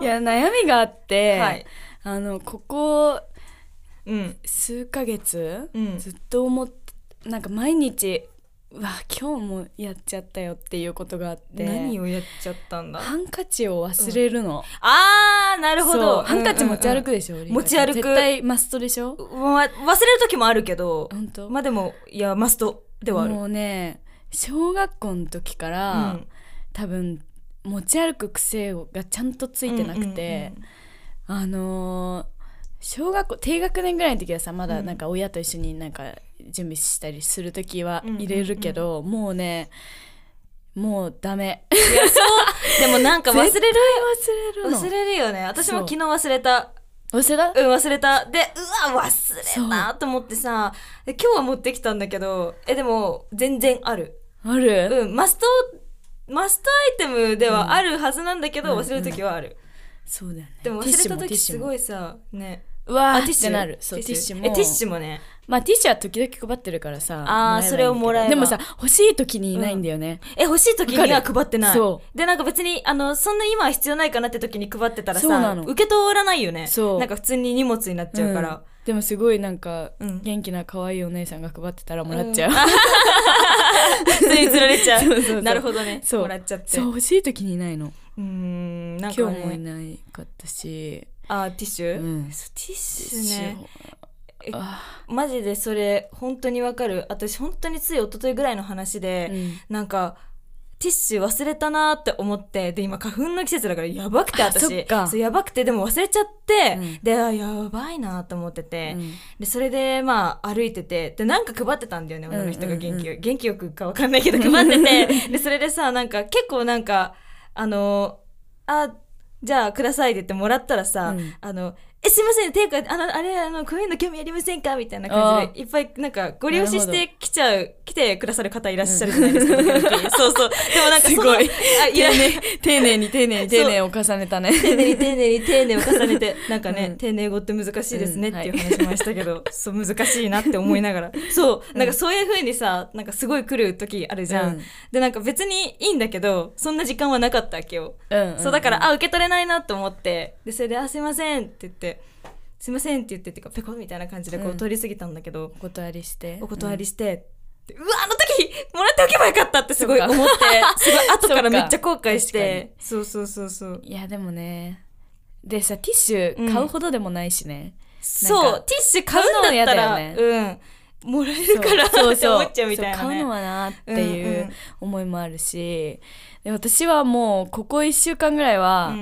いや悩みがあって、はいあのここうん数ヶ月、うんずっと思っなんか毎日うわ今日もやっちゃったよっていうことがあって何をやっちゃったんだハンカチを忘れるの、あーなるほそうどハンカチ持ち歩くうんでしょ、リカ持ち歩く絶対マストでしょうんうんわ忘れる時もあるけど本当まあでもいやマストではあるもうね小学校の時から、うん多分持ち歩く癖がちゃんとついてなくて、あのー小学校低学年ぐらいの時はさまだなんか親と一緒になんか準備したりする時は入れるけど、もうねもうダメうんうんうんでもなんか忘れる絶対忘れるの忘れるよね私もそう昨日忘れた忘れたうん忘れたでうわ忘れたと思ってさで今日は持ってきたんだけどえでも全然あるある、うんマストマストアイテムではあるはずなんだけど、忘れる時はある、そうだよねでも忘れた時すごいいさねうわーあってなるそうティッシュもえティッシュもねまあティッシュは時々配ってるからさばいいんあーだけどそれをもらえばでもさ欲しい時にいないんだよね、え欲しい時には配ってないそでなんか別にあのそんな今は必要ないかなって時に配ってたらそうなさの受け取らないよねそうなんか普通に荷物になっちゃうから、んでもすごいなんか、うん元気な可愛いお姉さんが配ってたらもらっちゃう、 普通に釣られちゃうそうそうそうなるほどねそうもらっちゃって そう欲しい時にいないのうーんなんか今日もいねなかったし、あーティッシュ、うんそうティッシュねティッシュあマジでそれ本当にわかる私本当につい一昨日ぐらいの話で、うんなんかティッシュ忘れたなーって思ってで今花粉の季節だからやばくてあ私そっかそうやばくてでも忘れちゃって、うんであやばいなーと思ってて、うんでそれでまあ歩いててでなんか配ってたんだよね女の人が元気よ、うん元気よくかわかんないけど配っててでそれでさなんか結構なんかあのあじゃあくださいって言ってもらったらさ、うんあのえすいませんていうかあのあれあのこういうの興味ありませんかみたいな感じでいっぱいなんかご利用ししなるてきちゃう来てくださる方いらっしゃるじゃないですか、時々そうそうでもなんかそ のすごいあい丁や寧丁寧に丁寧に丁寧を重ねたね 丁寧に丁寧に丁寧を重ね てなんかね、うん丁寧語って難しいですねうんっていう話しましたけど、 そう難しいなって思いながら そうなんかそういう風にさなんかすごい来る時あるじゃん、うんでなんか別にいいんだけどそんな時間はなかったわけよ、うんそうだからあ受け取れないなと思ってでそれで「あすいません」って言って「すいません」って言ってってかペコみたいな感じでこううん通り過ぎたんだけど、お断りしてお断りしして、ってうわあの時もらっておけばよかったってすごい思ってすごい後からめっちゃ後悔して そうそうそうそういやでもねでさティッシュ買うほどでもないしね、そう、ティッシュ買うんだった買ら、うのは嫌うん、もらえるか らそうってそう思っちゃうみたいそうな買うのね。はなっていんううんう思いもあるし、で私はもうここ1週間ぐらいは、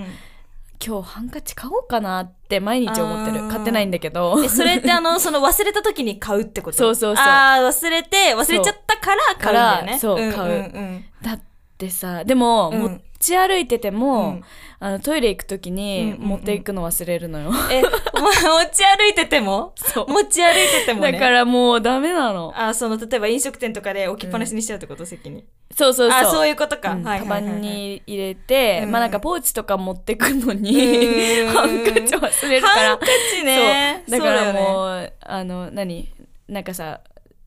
今日ハンカチ買おうかなって毎日思ってあるー買ってないんだけどうんえそれってあの、その忘れた時に買うってことそうそうそうああ、忘れて、忘れちゃったから買うんだよね。そううん買ううんうんだってさでも、うん持ち歩いてても、うんあのトイレ行く時にうんうんうん持っていくの忘れるのよ、え、ま持ち歩いててもそう持ち歩いててもね。だからもうダメなのあーその、例えば飲食店とかで置きっぱなしにしちゃうってこと、席に。そうそうそうあーそういうことか。うんはいはいはいはいカバンに入れて、うんまあなんかポーチとか持ってくのに、うんハンカチ忘れるからハンカチね。そうだからそうだよねもうあの何なんかさ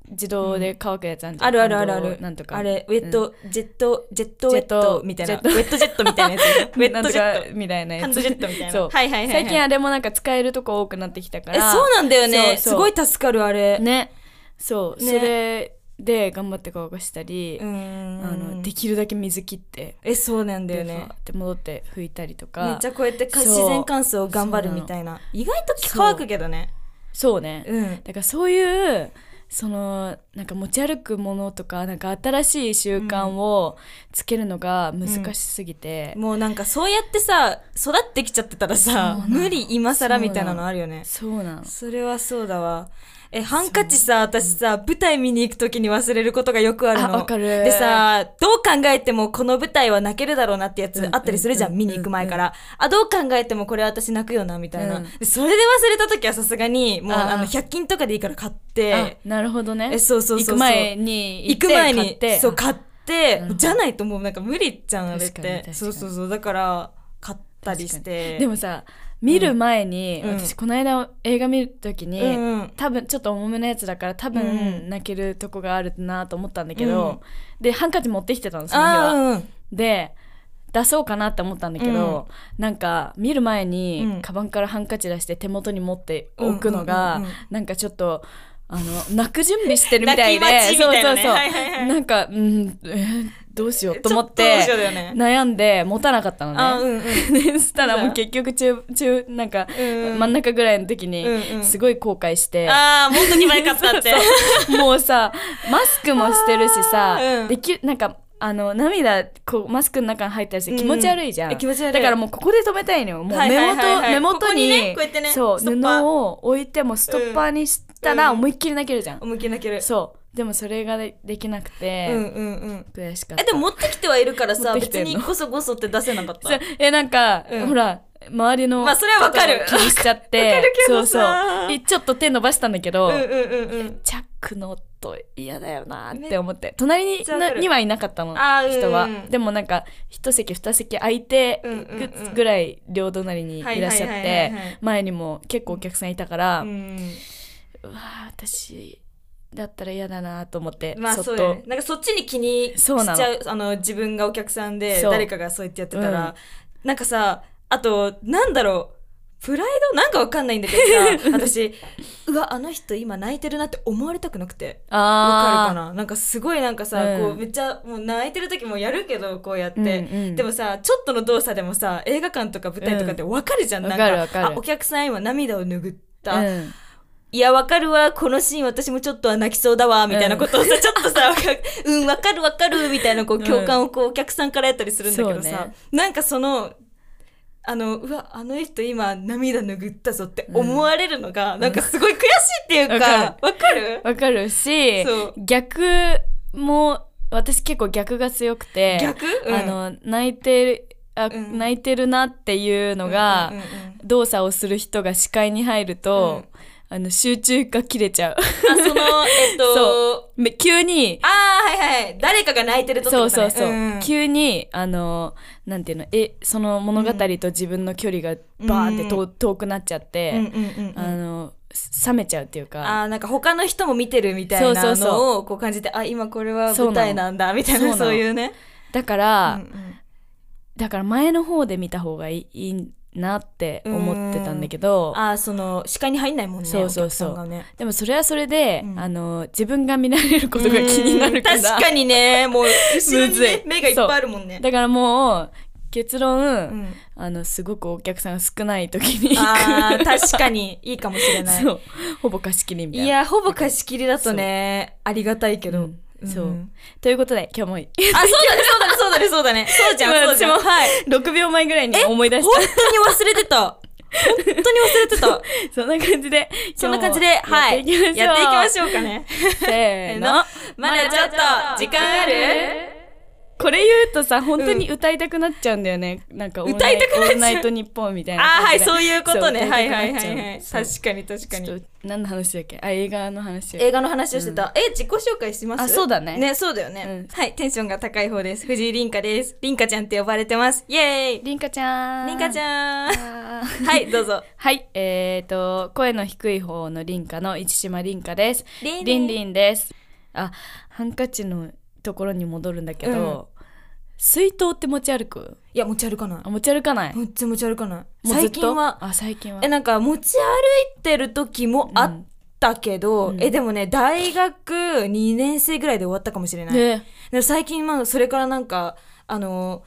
自動で乾くやつあるじゃんあるあるあるあハンるド。なんとかあれ、ウェッうんト、ジェット、ジェットウェジッェットトみたいな。ウジェッェットジェットみたいなやつ。ウ ェなッんトとジェかット。みたいなやつハンドジェットみたいな。そうはいはいはい、はい。最近あれもなんか使えるとこ多くなってきたかえ、らそうなんだよね。そうそうすごい助かる、あれ。ねそう、ねそれで頑張って乾かしたり、うーん。あのできるだけ水切ってえ、そうなんだよでねファー。って戻って拭いたりとかめっちゃこうやってかそう自然乾燥を頑張るみたいな。意外と乾くけどね。そうね、うん。だからそういうそのなんか持ち歩くものとかなんか新しい習慣をつけるのが難しすぎて、もうなんかそうやってさ、育ってきちゃってたらそうさな、の無理今更みたいなのあるよね。そうなんそれはそうだわ。え、ハンカチさ、私さ、舞台見に行くときに忘れることがよくあるの。あわかるでさ、どう考えてもこの舞台は泣けるだろうなってやうんつうんあったりするじゃん、うん見に行く前から。あ、どう考えてもこれ私泣くよな、みたいな。うんでそれで忘れたときはさすがに、もうああの、100均とかでいいから買って、あなるほどねえ、そうそうそうそ行う。く前に行く前買にっ、てそう、買ってなるほ、どじゃないともうなんか無理じゃん、あれっ確かに確かて。にそうそうそう。だから、買ったりして。でもさ見る前に、うん私この間映画見るときに、うんうん多分ちょっと重めのやつだから多う分泣けるとこがあるなと思ったんだけど、でハンカチ持ってきてたのその日あは。ー、うん。で出そうかなって思ったんだけど、なんか見る前に、うんカバンからハンカチ出して手元に持っておくのが、うんうんうんうんなんかちょっとあの泣く準備してるみたいで泣き待ちみそうたいそなうねそう、はいはいはいなんか、うんえーどうしようと思っちょっとどうしようだよてね悩んで持たなかったのね。あうんうんでそ したらもう結局中中なんかうん真ん中ぐらいの時にうんうんすごい後悔して、ああもっと気ばよかったって もうさマスクもしてるしさあ、ーうんできなんかあの涙こうマスクの中に入ったりして気持ち悪いじゃん、うんえ気持ち悪いだからもうここで止めたいのよもうはい目はい元、はいはい目元にここにねこうやってねそうストッパー布を置いてもうストッパーにしたらうん思いっきり泣けるじゃん、思いっきり泣けるそうでもそれがでできなくて、うんうんうん悔しかったえでも持ってきてはいるからさ持ってき別てんのにこそこそって出せなかっそたうえなんか、うんほら周りのまあそれはわかる人を気にしちゃって わかるけどさそうそうえちょっと手伸ばしたんだけど、うんうんうんチャックの音嫌だよなって思って隣にちゃわかるにはいなかったのあーうんうん人は、でもなんか一席二席空いてうんうんうんぐらい両隣にいらっしゃっはいはいはいはいはいて前にも結構お客さんいたから、ううんわー私だったら嫌だなと思って、まあそっとそうだよねなんかそっちに気にしちそうなのゃうあの自分がお客さんでそう誰かがそうやってやってたら、なんかさあとなんだろうプライドなんかわかんないんだけど さ私うわあの人今泣いてるなって思われたくなくてわかるかあーななんかすごいなんかさ、うんこうめっちゃもう泣いてる時もやるけどこうやって、うんうんでもさちょっとの動作でもさ映画館とか舞台とかってわかるじゃん、うんなんわかるわかるあお客さん今涙を拭った、うんいや、わかるわ、このシーン私もちょっとは泣きそうだわ、みたいなことをさ、ちょっとさ、わか うん、わかるわかる、みたいなこううん共感をこうお客さんからやったりするんだけどそうさ、ねなんかその、あの、うわ、あの人今涙拭ったぞって思われるのが、なんかすごい悔しいっていうか、うんわかるわかるしそう逆も私結構逆が強くて逆うんあの泣いてるあ、うん泣いてるなっていうのが、うんうんうん動作をする人が視界に入ると、あの集中が切れちゃう。 あ、その、えっそと、め急にああ、はいはい。誰かが泣いてるとってそこうとそねうそう、んん急にあのなんていうのえその物語と自分の距離がバーってと、遠くなっちゃっうんうて、んうんうんあのす冷めちゃうっていうかあーなんか他の人も見てるみたいそうそなうそうのをこう感じてあ今これは舞台なんだみたいそうななそうのいうねだから、うんうんだから前の方で見た方がいいいいなって思ってたんだけどあーその視界に入んないもんねそうそうそうお客さんがねでもそれはそれで、うんあの自分が見られることが気になるからうん確かにねもう後ろに、むずねい、目がいっぱいあるもんねだからもう結論、うんあのすごくお客さんが少ない時にあ行ーく確かにいいかもしれな いそうほぼ貸し切りみたいいなやほぼ貸し切りだとねありがたいけうど、んそううんということで今日も あそうだねそうだねそうだねそうだねそうじゃん今そうじゃん私もはい6秒前ぐらいにえ思い出し本当に忘れてた本当に忘れてたたそんな感じでそんな感じで、はい。今日もややっってていいききままししょうかね。 ょうせーのまだちょっと、時間あるこれ言うとさ本当に歌いたくなっちゃうんだよね、なんかオールナイ 歌いたくなっオちゃうールナイトニッポンみたいあなー、はい、そうういうことね。そうはいはいはいはい。そう確かに確かちょっに。と何の話だっけあ映画の話映画の話をしてた。え、自己紹介しますあそうだねね、そうだよね。はい、テンションが高い方です。藤井凛香です。凛香ちゃんって呼ばれてます。イェーイりんかちゃん凛香ちんゃん。ははい、どうぞ。はい、えっ、と、声の低い方のリンカの市島リンカです。リンリンリンリンです。あ、ハンカチのところに戻るんだけど、水筒って持ち歩くいや、持ち歩かないあ、。持ち歩かないめっちゃ持ち歩かない。もうずっ最と近は、あ、最近はえ。なんか持ち歩いてる時もあったけど、うんえでもね大学2年生ぐらいで終わったかもしれない、ね、で最近まあそれからなんかあの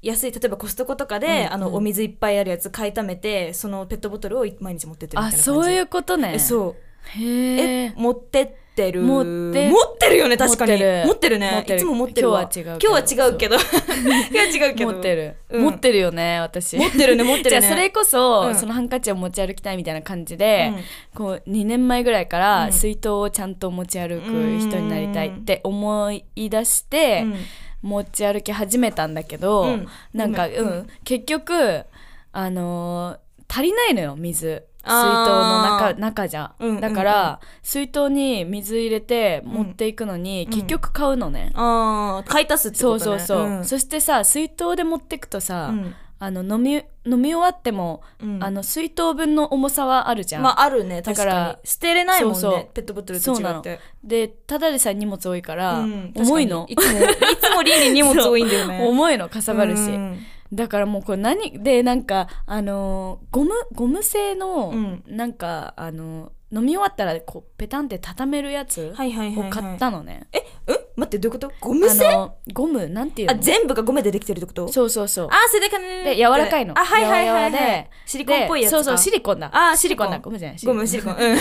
安い例えばコストコとかで、うんあうのんお水いっぱいあるやつ買いためてそのペットボトルを毎日持ってってるみたいあ、な感じそういうことえね。う。そうへええ。持ってってる持って持ってるよね確かに持ってる持ってるね持ってるいつも持ってるわ今日は違うけど今日は違 うけど 今日は違うけど持ってる、うん持ってるよね、私。持ってるね持 ってるね じゃあそれこそ、うんそのハンカチを持ち歩きたいみたいな感じで、うんこう2年前ぐらいかうんら水筒をちゃんと持ち歩く人になりたいって思い出して、うん持ち歩き始めたんだけど、うんなんか、ごめんうんうん結局あのー足りないのよ水水筒のあ中ー中じゃ、うんうんうんだから水筒に水入れて持っていくのに、うん結局買うのね、ああ買い足すってそこうとそうねそう、んそしてさ水筒で持ってくとさ、うんあの飲み飲み終わっても、うんあの水筒分の重さはあるじゃん、まああるねだ確かからに捨てれないもんねそうそうペットボトルと違そうなっのてでただでさえ荷物多いから、うん重いの確かにいつもいつもリンリン荷物多いんだよね重いのかさばるし、うんだからもうこれ何でなんかあのーゴムゴム製の、うんなんかあのー飲み終わったらこうペタンって畳めるやつはいはいはい、はをい、買ったのね、えうん待ってどういうことゴム製あのゴムなんていうあの全部がゴムでできてるってことそうそうそうあそれでかねで柔らかいのあはいはいはい、柔はらいで、シリコンっぽいやつかでそうそうシリコンだあーシリコンシだリコゴムじゃないゴムシリコン、うん、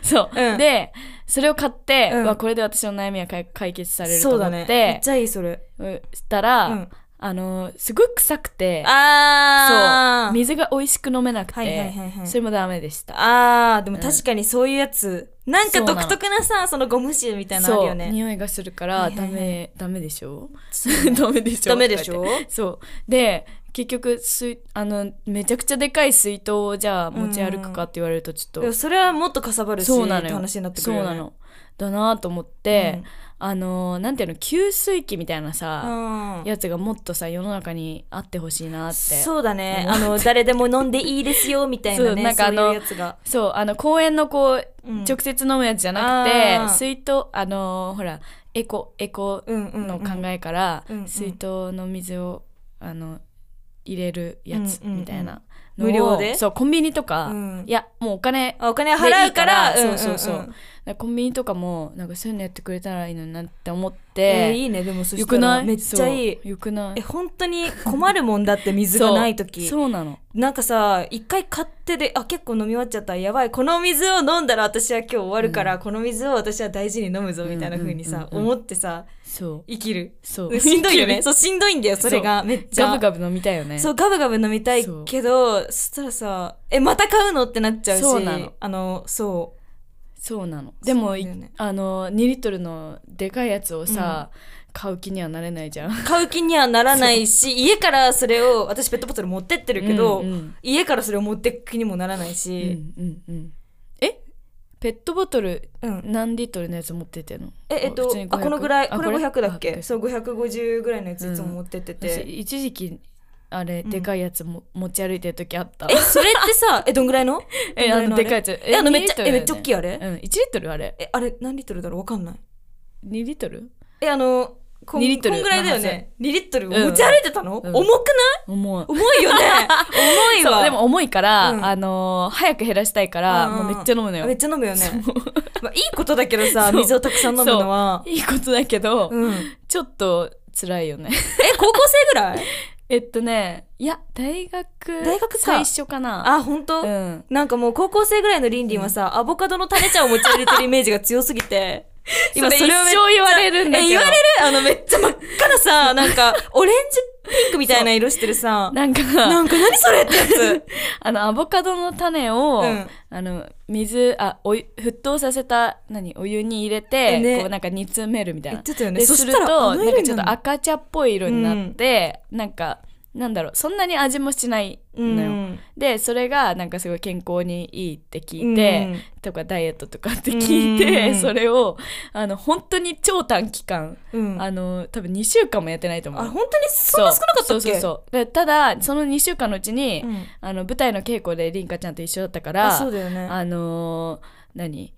そう、うんでそれを買って、うんわこれで私の悩みは解解決されるとそ思うだっねめってちゃいいそれうしたら、うんあのーすごい臭くてあそうー水が美味しく飲めなくて、はいはいはいはいそれもダメでしたあーでもうん確かにそういうやつ、なんかそうな独の特なさそのゴム臭みたいなのあるよそうね匂いがするかはらいはいダはいメ、ダメでしょ ダメでしょダメでしとょか言ってそうで結局水あのめちゃくちゃでかい水筒をじゃあ持ち歩くかって言われるとちょっと、でもそれはもっとかさばるしそうなのってよ話になってくそうるよ、ね、なのだなと思って、あのなんていうの給水器みたいなさ、うん、うんやつがもっとさ世の中にあってほしいなってそうだね思あって の誰でも飲んでいいですよみたいなそうねなんかあのそういうやつがそうあの公園のこう、うん直接飲むやつじゃなくてあー水筒あのーほらエコエコうんうんうんの考えから、うんうん水筒の水をあの入れるやつうんうんうんみたいな無料のをでそうコンビニとか、うんいやもうお金あお金払うからでいいからんんんそうそうそうコンビニとかもなんかそういうのやってくれたらいいのになって思って、えーいいねでもそよしたくらないめっちゃいいそうよくないえ本当に困るもんだって水がない時そうそうなのなんかさ一回買ってであ結構飲み終わっちゃったやばいこの水を飲んだら私は今日終わるから、この水を私は大事に飲むぞみたいな風にさ、うんうんうんうん思ってさそう生きる そううんしんどいよねそうしんどいんだよそれがめっちゃガブガブ飲みたいよねそうガブガブ飲みたいそうけどそしたらさえまた買うのってなっちゃうしそうなのあのそそうなのうでも、そういなんだよねあの2リットルのでかいやつをさ、買う気にはなれない じゃんう買う気にはならないし家からそれを私ペットボトル持ってってるけど、うんうん家からそれを持ってく気にもならないうし、んうんうんえペットボトルうん何リットルのやつ持ってってんのええっ普と通に500あこのぐらいあこれ500だっあけそう550ぐらいのやついつもうん持ってってて、私一時期あれうんでかいやつも、持ち歩いてる時あったえそれっ てさえどんぐらいのえどあんのぐらでかいのいやつえあのめっちゃ、 2えリットルだよねめっちゃ大きいあれ、うん1リットルあれえあれ何リットルだろうわかんない2リットルえあのこん2リットルこんぐらいだよね2リットルをうん持ち歩いてたの、うん重く 重いない重いよね重いそうわでも重いから、うんあのー早く減らしたいから、うんうんもうめっちゃ飲むのよめっちゃ飲むよね、 まあ、いいことだけどさ水をたくさん飲むのはい いことだけど、う、ん、えちょっと辛いよね 高校生ぐらいえっとねいや大学大学か最初かなあ本当、うん。なんかもう高校生ぐらいのリンリンはさ、アボカドの種茶を持ち歩いてるイメージが強すぎて それ一生言われるんだけどえ言われる あのめっちゃ真っ赤なさ、なんかオレンジピンクみたいな色してるさ。なんかなんか何それってや つ。 あのアボカドの種を、うんあの水あお湯沸騰させた何お湯に入れて、えねこうなんか煮詰めるみたいな。言ってたよねでそすしるたらとあのな色んかにちょっなると赤茶っぽい色になって、なんかなんだろうそんなに味もしないのよ。うんでそれがなんかすごい健康にいいって聞いて、うんとかダイエットとかって聞いて、うんそれをあの本当に超短期間、うんあの多分2週間もやってないと思うあ、。本当にそんな少なかったっけそうそうそうでただその2週間のうちに、うんあの舞台の稽古で凛花ちゃんと一緒だったからあ、そうだよね。あのー何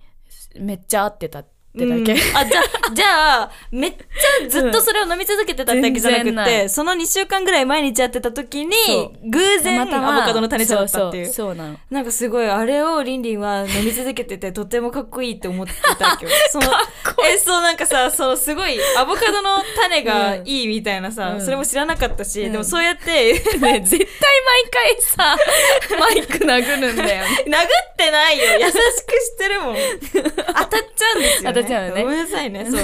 めっちゃ合ってたって だけ、うんあ、じゃあ、じゃあ、めっちゃずっとそれを飲み続けてたってわけじゃなうん全然くなて、いその2週間ぐらい毎日やってた時にそ、偶然まアボたまカドの種茶だったっていう。そうそうそうなの なんかすごい、あれをリンリンは飲み続けてて、とてもかっこいいって思ってたわけど、 その、え、そうなんかさ、そのすごい、アボカドの種がいいみたいなさ、うんそれも知らなかったし、うんでもそうや っねて、絶対毎回さ マイク殴るんだよね殴ってないよ優しくしてるもん当たっちゃうんですよ、当ね、たっちゃうよねごめんなさいねそう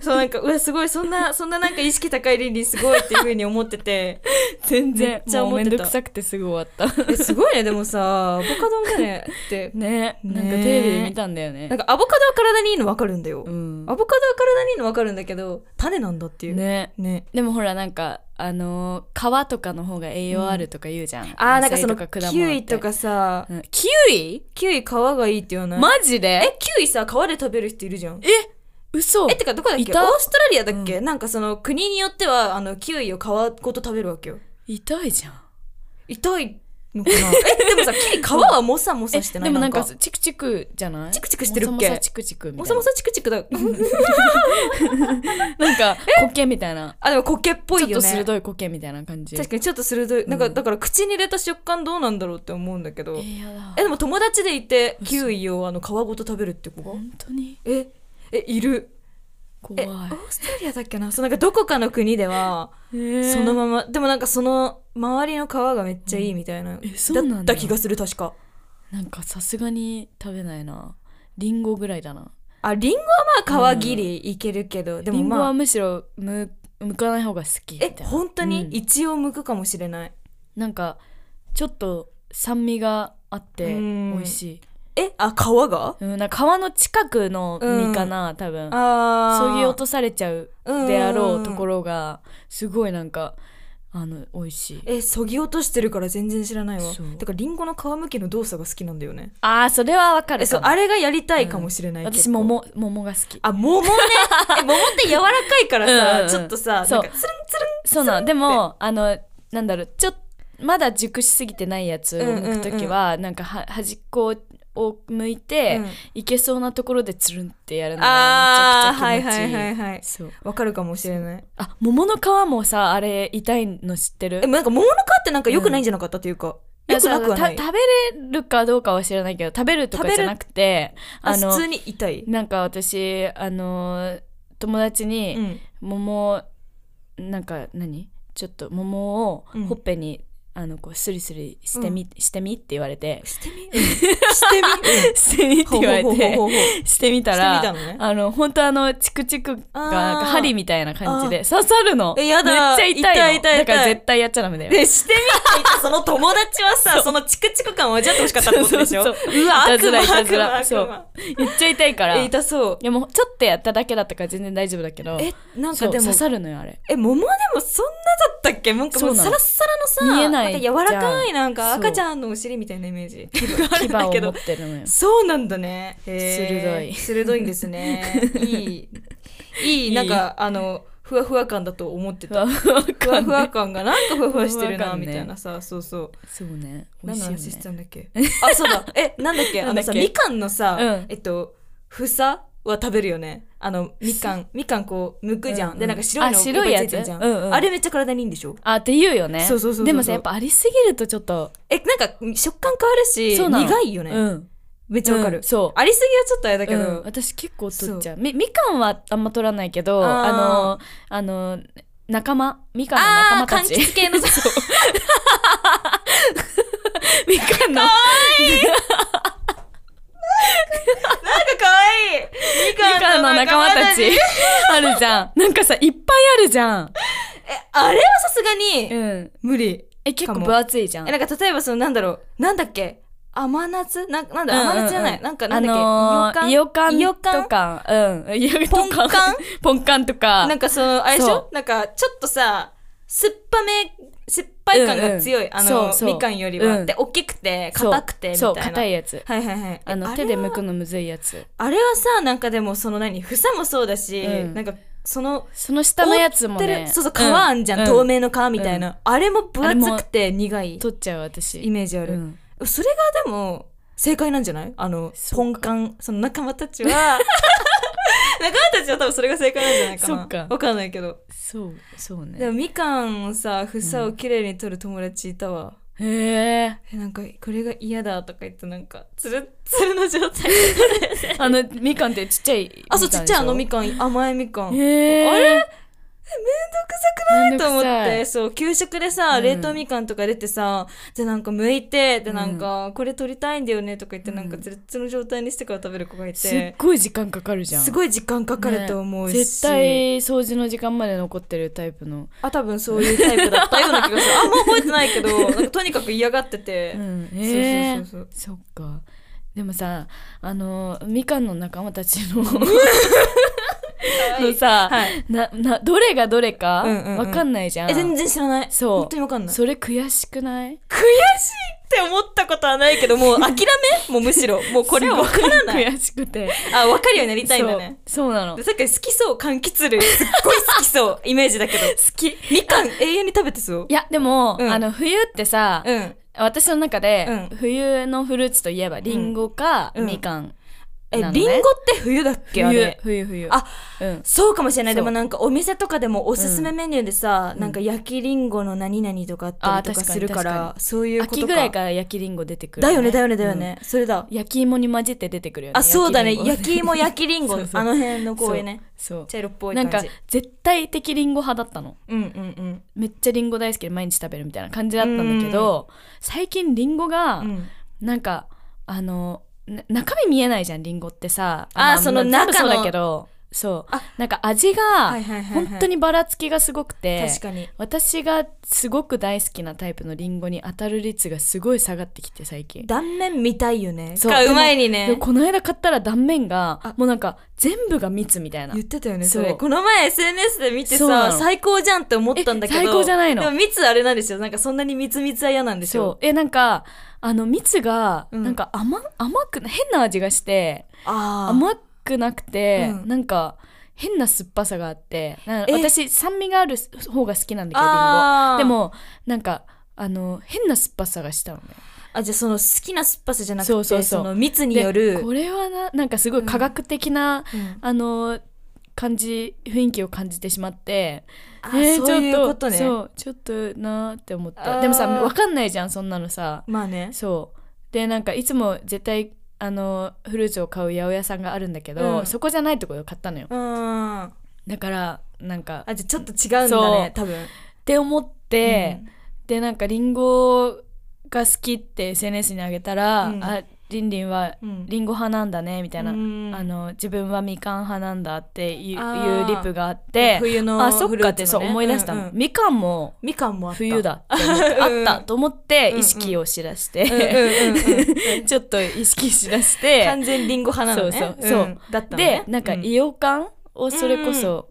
そうなんかうわすごいそんなそんななんか意識高い倫理すごいっていうふうに思っ てて全め然っちゃもう思っめてんどたくさくてすぐ終わったえすごいねでもさアボカドの種って ねなんかねテレビで見たんだよねなんかアボカドは体にいいの分かるんだよ、うんアボカドは体にいいの分かるんだけど種なんだっていうねねでもほらなんかあのー皮とかの方が栄養あるとか言うじゃん、あーなんかそ野菜のとか果キ物っウてイとかさ、うんキウイキウイ皮がいいって言わない、マジでえキウイさ皮で食べる人いるじゃん嘘え、てかどこだっけオいースたトラリアだっけ、なんかその国によっては、あの、キウイを皮ごと食べるわけよ。痛いじゃん痛いのかなえでもさ木皮はもさもさしてなでいもなんなかんかチクチクじゃないチクチクしてるっけもさもさチクチクみたいなもさもさチクチクだなんか 苔みたいなあでも苔っぽちょっいよとね鋭い苔みたいな感じ確かにちょっと鋭いなんうかんだから口に入れた食感どうなんだろうって思うんだけえど、ーやだえでも友達でいて嘘キウイをあの皮ごと食べるって子が、本当にええいる怖えいオーストラリアだっけなそうなんかどこかの国ではそそのままでもなんかその周りの皮がめっちゃいいみたいな、えそうなんだった気がする確かなんかさすがに食べないなリンゴぐらいだなあリンゴはまあ皮切りいけるけど、でリもンゴはまあむしろむ剥かない方が好きみたいえな本当にうん一応剥くかもしれない、なんかちょっと酸味があってうん美味しい、えあ皮がうん、なんか皮の近くの実かな、多分ああそぎ落とされちゃうであろうところろがすごいなんかあの美味しいえそぎ落としてるから全然知らないわそうだからリンゴの皮むきの動作が好きなんだよねあーそれはわかえるそうかあれがやりたいかもしれない、もけど私桃桃が好きあ 桃ねえ桃って柔らかいからさ、うんうんちょっとさなんかつそるうんつるそうなんでもあのなんだろうちょっとまだ熟しすぎてないやつを剥くときは、なんかは端っこを剥いて、うんいけそうなところでつるんってやるのあがあめちゃくちゃ気持ちはいいい、はいはいはいそうわかるかもしれないあ桃の皮もさあれ痛いの知ってるえなんか桃の皮ってなんか良くないんじゃなかったというか、良くなくはないやそうた食べれるかどうかは知らないけど食べるとかじゃなくてああの普通に痛い、なんか私あの友達に、うん、桃なんか何ちょっと桃をうんほっぺに、あのこうスリスリしてみ、してみって言われて してみしてみ、してみって言われほうほうほてうほうほうしてしてみみたらたのねあの本当あのチクチクがあーなんか針みたいな感じで刺さるのえやだめっちゃ痛いの痛い痛い痛だいから絶対やっちゃダメだよでしてみって言ったその友達はさそのチクチク感を味わってほしかったってことでしょそうそうそうわいたずら悪魔いたずら悪魔そう悪魔めっちゃ痛いからえい痛そうやもうちょっとやっただけだったから全然大丈夫だけどえなんそかうでも刺さるのよあれえ桃でもそんなだったっけなんかもうそうなのサラッサラのさ見えないんか柔らかじいなんかそう赤ちゃんのお尻みたいなイメージ牙あをるんだけ持どってるのよそうなんだねへ鋭いー鋭いんで すねいいいいなんかあのふわふわ感だと思ってふたわふわふわ感ふわ感がなんかふわふわしてるふわふわな感ねみたいなさそうそうそうね美味何のしいよ話してねたんだっけ あそうだえなんだっけあなのさんだっけみかんのさ、うんえっと房は食べるよねあのみかんみかんこうむくじゃん、うんうんでなんか白いのあ白いやつっぱつてんじゃん、うんうんあれめっちゃ体にいいんでしょあって言うよねそうそうそうそうでもさやっぱありすぎるとちょっとえなんか食感変わるしそうなの苦いよね、うんめっちゃわかる、うんそうありすぎはちょっとあれだけど、うん私結構取っちゃうみみかんはあんま取らないけどあーあのあの仲間みかんのあ仲間たー柑ち橘系のさ みかんのなんか可愛いみみかかんんのの仲仲間間たたちちあるじゃんなんかさいっぱいあるじゃんえあれはさすがに、うん無理え結構かも分厚いじゃんえなんか例えばそのなんだろうなんだっけ甘夏なんかなんだ、甘夏じゃないなんかなあんだっけ、のー、イオカンイオカンとか、うん。イオポンカン ポンカンとか。なんかそのあれでしそょなんかちょっとさ酸っぱめ酸っぱい感が強い、うんうんあのそうそうみかんよりは、うんで大きくてそう硬くてみたいそう、な硬いやつ。はいはいはいあの、え手であれ剥はくのむずいやつ。あれはさなんかでもその何房もそうだし、うんなんかそのその下のやつも覆ってねる。そうそう皮あんじゃん、透明の皮みたいな、うあれも分厚くて苦い取っちゃう私。イメージある、うんそれがでも正解なんじゃないあのそポうンかカンその仲間た ちは仲間たちは多分それが正解なんじゃないかなそっかわかんないけどそう、そうでねも。みかんをさ房をきれいに取る友達いたわ、へえ。えなんかこれが嫌だとか言ってなんかつる っつるの状態あの、みかんってちっちゃい。あそうちっちゃいあのみかかん甘いみかんんでしょ。へえ。あれめんどくとさく思っないて。そう給食でさうん冷凍みかんとか出てさ、でなんか剥いてでなんかこれ取りたいんだよねとか言って、うんなんかつるっつるの状態にしてから食べる子がいすってごい時間かかるじゃん。すごい時間かかると思うし、ね絶対掃除の時間まで残ってるタイプの。あ多分そういうタイプだったような気がするあんま覚えてないけどなんかとにかく嫌がってて、うん。へそえう。そうそそうっかでもさあのみかんの仲間たちののさ、はいななどれがどれかうんうんうんわかんないじゃん,、え全然知らないそう本当にわかんないそれ悔しくない悔しいって思ったことはないけど もう諦めもうむしろもうこれはわからない悔しくてあ分かるようになりたいんだねそうそうなの好さっき好きそう柑橘類すっごい好きそう イメージだけどきいみかん永遠に食べてそうやでも、うんあの冬ってさ、うん私の中で、うん冬のフルーツといえばリンゴか、うんみかんえなのねリンゴって冬だっけあ冬れ冬冬あうんそうかもしれないそでうもなんかお店とかでもおすすめメニューでさ、なんか焼きリンゴの何々とかあったりとあか確かにするから確そういうことか秋ぐらいから焼きりんご出てくる、だよねだよねだよね、それだうん焼き芋に混じって出てくるよねあそうだねりんご焼き芋焼き リンゴそうそうあの辺の公園ねそう茶色っぽいな感んじか絶対的りんご派だったのうんうんめっちゃりんご大好きで毎日食べるみたいな感じだったんだけど、最近りんごが、うんうんなんかあのな中身見えないじゃんりんごってさあーその全部中のそうだけどそうあなんか味がはいはいはいはい本当にばらつきがすごくて、確かに私がすごく大好きなタイプのリンゴに当たる率がすごい下がってきて最近断面見たいよねそう買う前でにもねこの間買ったら断面あがもうなんか全部が蜜みたいな言ってたよねそそうれこの前 SNS で見てそうなさの最高じゃんって思ったんだけどえ最高じゃないのでも蜜あれなんですよなんかそんなに蜜蜜は嫌なんでしそうょえなんかあの蜜がうんなんか甘,、甘く変な味がしてあー甘くなくて、うんなんか変な酸っぱさがあってなんかえ私酸味がある方が好きなんだけどリンあーゴでもなんかあの変な酸っぱさがしたのねあじゃあその好きな酸っぱさじゃなくてそそうそうそうの蜜によるでこれはななんかすごい科学的な、うんあの感じ雰囲気を感じてしまってあそういうことねそうちょっとなーって思っあたーでもさわかんないじゃんそんなのさまあねそうでなんかいつも絶対あのフルーツを買う八百屋さんがあるんだけど、うんそこじゃないところを買ったのようんあだからなんかっじゃあちょっと違うんだね多分て思って、うんでなんかリンゴが好きって SNS にあげたら、うんあリンリンはうんリンゴ派なんだねみたいな、うんあの自分はみかん派なんだっていうあいーうリップがあって冬のあそっフルかーってツそのうね思い出したの、うんうんみかんもみかんもあった冬だって思ってうんあったと思ってうんうん意識を知らしうんうんて、 うんう んちょっと意識しだして完全リンゴ派なのねそうそうそうんだったのでねなんかうイオカンをそれこそ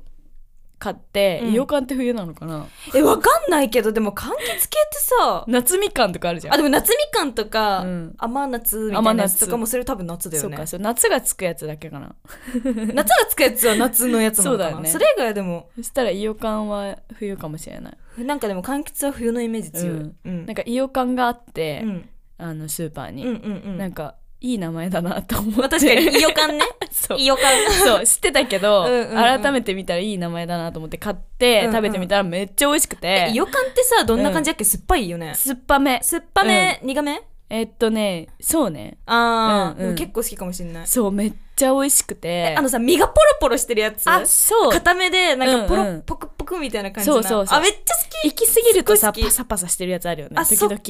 買って、うんイオカンって冬なのかな、えわかんないけどでも柑橘系ってさ夏みかんとかあるじゃんあでも夏みかんとか、うん甘夏みたいなやつとかもそれ多分夏だそようねか そう夏がつくやつだけかな 夏がつくやつは夏のやつなのかそなうだよねそれ以外はでもそしたらイオカンは冬かもしれない、なんかでも柑橘は冬のイメージ強うい、んうんなんかイオカンがあって、うんあのスーパーうに、んうんうんなんかいい名前だなと思って、まあ確かにいい予 感ね そういい予感そう知ってたけどうんうんうん改めて見たらいい名前だなと思って買って、うんうん食べてみたらめっちゃ美味しくてえ予感ってさどんな感じだっけ、酸っぱいよね酸っぱめ酸っぱめ、苦めえっとねそうねああ、うんうんでも結構好きかもしれないそうめっちゃ美味しくてあのさ身がポロポロしてるやつあそう固めでなんかポロ、うんうんポクポクみたいな感じなそうそうそうあめっちゃ好き行き過ぎるとさすごい好パきサパサしてるやつあるよねあ時そこ々ま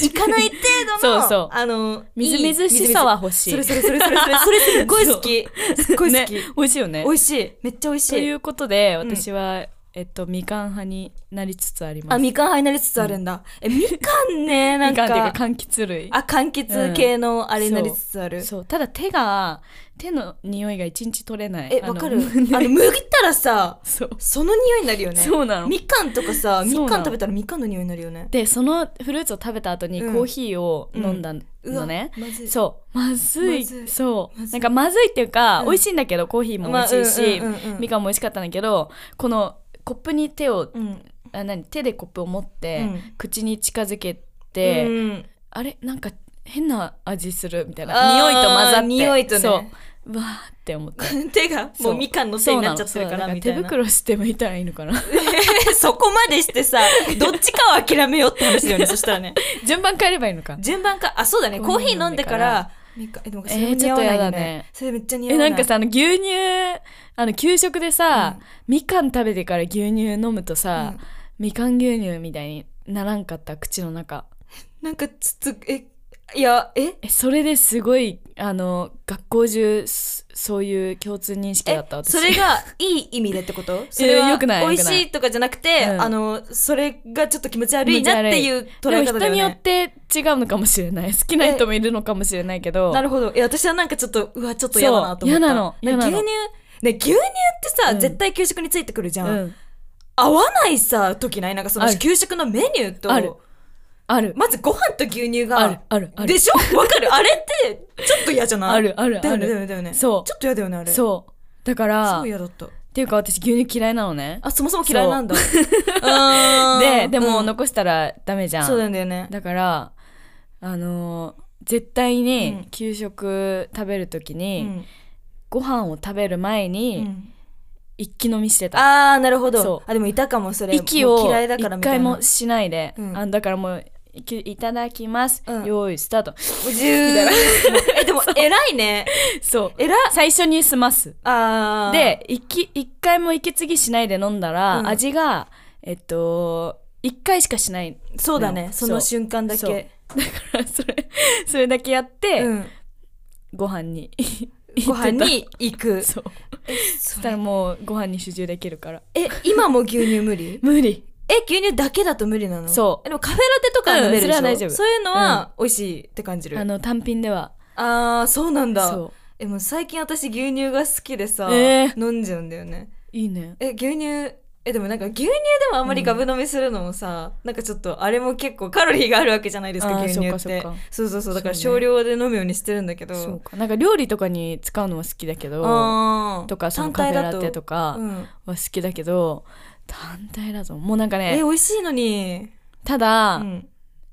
でいかない程度のそうそうあのみずみずしさは欲しいいいみずみずそれそれそれそれそれすっごい好きすっごい好き、ね、美味しいよね美味しいめっちゃ美味しといいうことでん私は、えっとみかん派になりつつありますあみかん入なりつつあるんだ、えみかんねなんみかかんっていうか柑橘類あ柑橘系のあれになりつつある、そうただ手が手の匂いが一日取れないえあのわかるねあのむいたらさそうその匂いになるよねそうなのみかんとかさそうなみのかん食べたらみかんの匂いになるよねでそのフルーツを食べた後にうんコーヒーを飲んだうわのね、まずいそうまずいまずいそうまずいなんかまずいっていうか、うん美味しいんだけどコーヒーも美味しいし、まあうんうんうんうんみかんも美味しかったんだけどこのコップに手を、うんあ何手でコップを持って、うん口に近づけて、うんあれなんか変な味するみたいなあー匂いと混ざって匂いとねそううわーって思った 手がもそうみかんの手になっちゃってるからみたいそうのそうだから手な袋してむいたらいいのかな そこまでしてさどっちかを諦めようって話だ よねそしたらね順番変えればいいのか順番かあそうだねコーヒー飲んでからみかんえでもそれも似合わないえーちょっとやだよねねそれめっちゃ似合えわないなんかさあの牛乳あの給食でさ、うみかん食べてから牛乳飲むとさ、うんみかん牛乳みたいにならんかった口の中なんかつつえいやええそれですごいあの学校中すそういう共通認識だったえ私それがいい意味でってこと それはよくないよくない美味しいとかじゃなくて、うんあのそれがちょっと気持ち悪いなっていう捉えで方も人だよによっねて違うのかもしれない好きな人もいるのかもしれないけどなるほどいや私はなんかちょっとうわちょっそとう嫌だなと思った嫌なの嫌なの牛乳ね牛乳ってさ、うん絶対給食についてくるじゃ、うんん、合わないさ時ないなんかそのある給食のメニューとあるある、まずご飯と牛乳があるあるあるでしょわかるあれってちょっと嫌じゃないあるあるだあよねだよるねだよねそうちょっと嫌だよねあれうそうだから超っ嫌だったていうか私牛乳嫌いなのねあそもそも嫌いなんだあー ででもうん残したらダメじゃん、そうなんだよねだからあのー絶対うにん給食食べるときうに、んご飯を食べる前うにん一気飲みしてた、ああなるほそどうあでもいたかもそれ息 もうを嫌いだから一みた回いなもしないで、うんあだからもういきいただきます、うん用意スタート 10えでも偉いねそう偉い最初に済ますあーで息一回も息継ぎしないで飲んだら、うん味がえっと一回しかしない そうだねそのそう瞬間だそうけだからそれそれだけやって、うんご飯に ご飯 行ってに行くたそうそそしたれらもうご飯に集中できるからえ今も牛乳無 理無理え牛乳だけだと無理なのそうでもカフェラテとか飲めるでしょ、うんそれは大丈夫そういうのは美味しいって感じる、ああの単品ではあーそうなんだそえもう最近私牛乳が好きでさ、えー飲んじゃうんだよねういいねえ牛乳えでもなんか牛乳でもあんまりガブ飲みするのもさ、なんかちょっとあれも結構カロリーがあるわけじゃないですかあー牛乳ってそうかそうかそうそうそうだからそうね少量で飲むようにしてるんだけどそうかなんか料理とかに使うのは好きだけどあーとかその単カフ体ェだラテとかうんは好きだけど単体だともうなんかえね美味しいのにただ、うん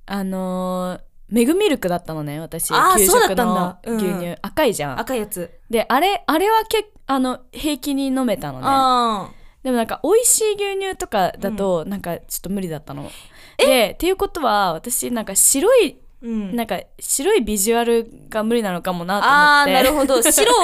あのーメグミルクだったのね私あー給そうだ食ったんのだ牛乳、うん赤いじゃん赤いやつ、であれあれはけあの平気に飲めたのねああでもなんか美味しい牛乳とかだと、なんかちょっと無理だったのでっていうことは私なんか白いうんなんか白いビジュアルが無理なのかもなあとー思ってなるほ ど白を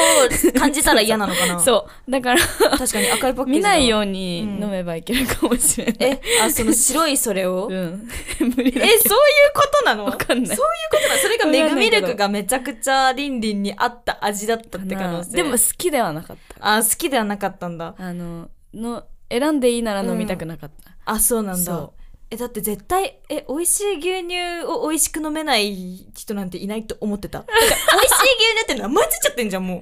感じたら嫌なのかなそうだから確かに赤いパッケージ見ないよううにうん飲めばいけるかもしれない、えあその白いそれを、うえん 無理そうだけいうことなのどわかんないそういうことなのそれがわかんないメけグどミルクがめちゃくちゃリンリンに合った味だったって可能性でも好きではなかったあ好きではなかったんだあのの選んでいいなら飲みたくなかった、あそうなんだそえだって絶対え美味しい牛乳を美味しく飲めない人なんていないと思って ただから美味しい牛乳って名前ついちゃってんじゃんもう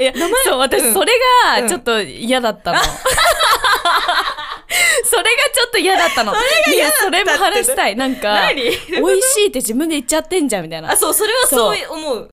いやそうう私んそれがうんちょっと嫌だ ったの、それがちょっと嫌だったのいやそれも話したいなんか 何 美味しいって自分で言っちゃってんじゃんみたいなあそうそれはそう思う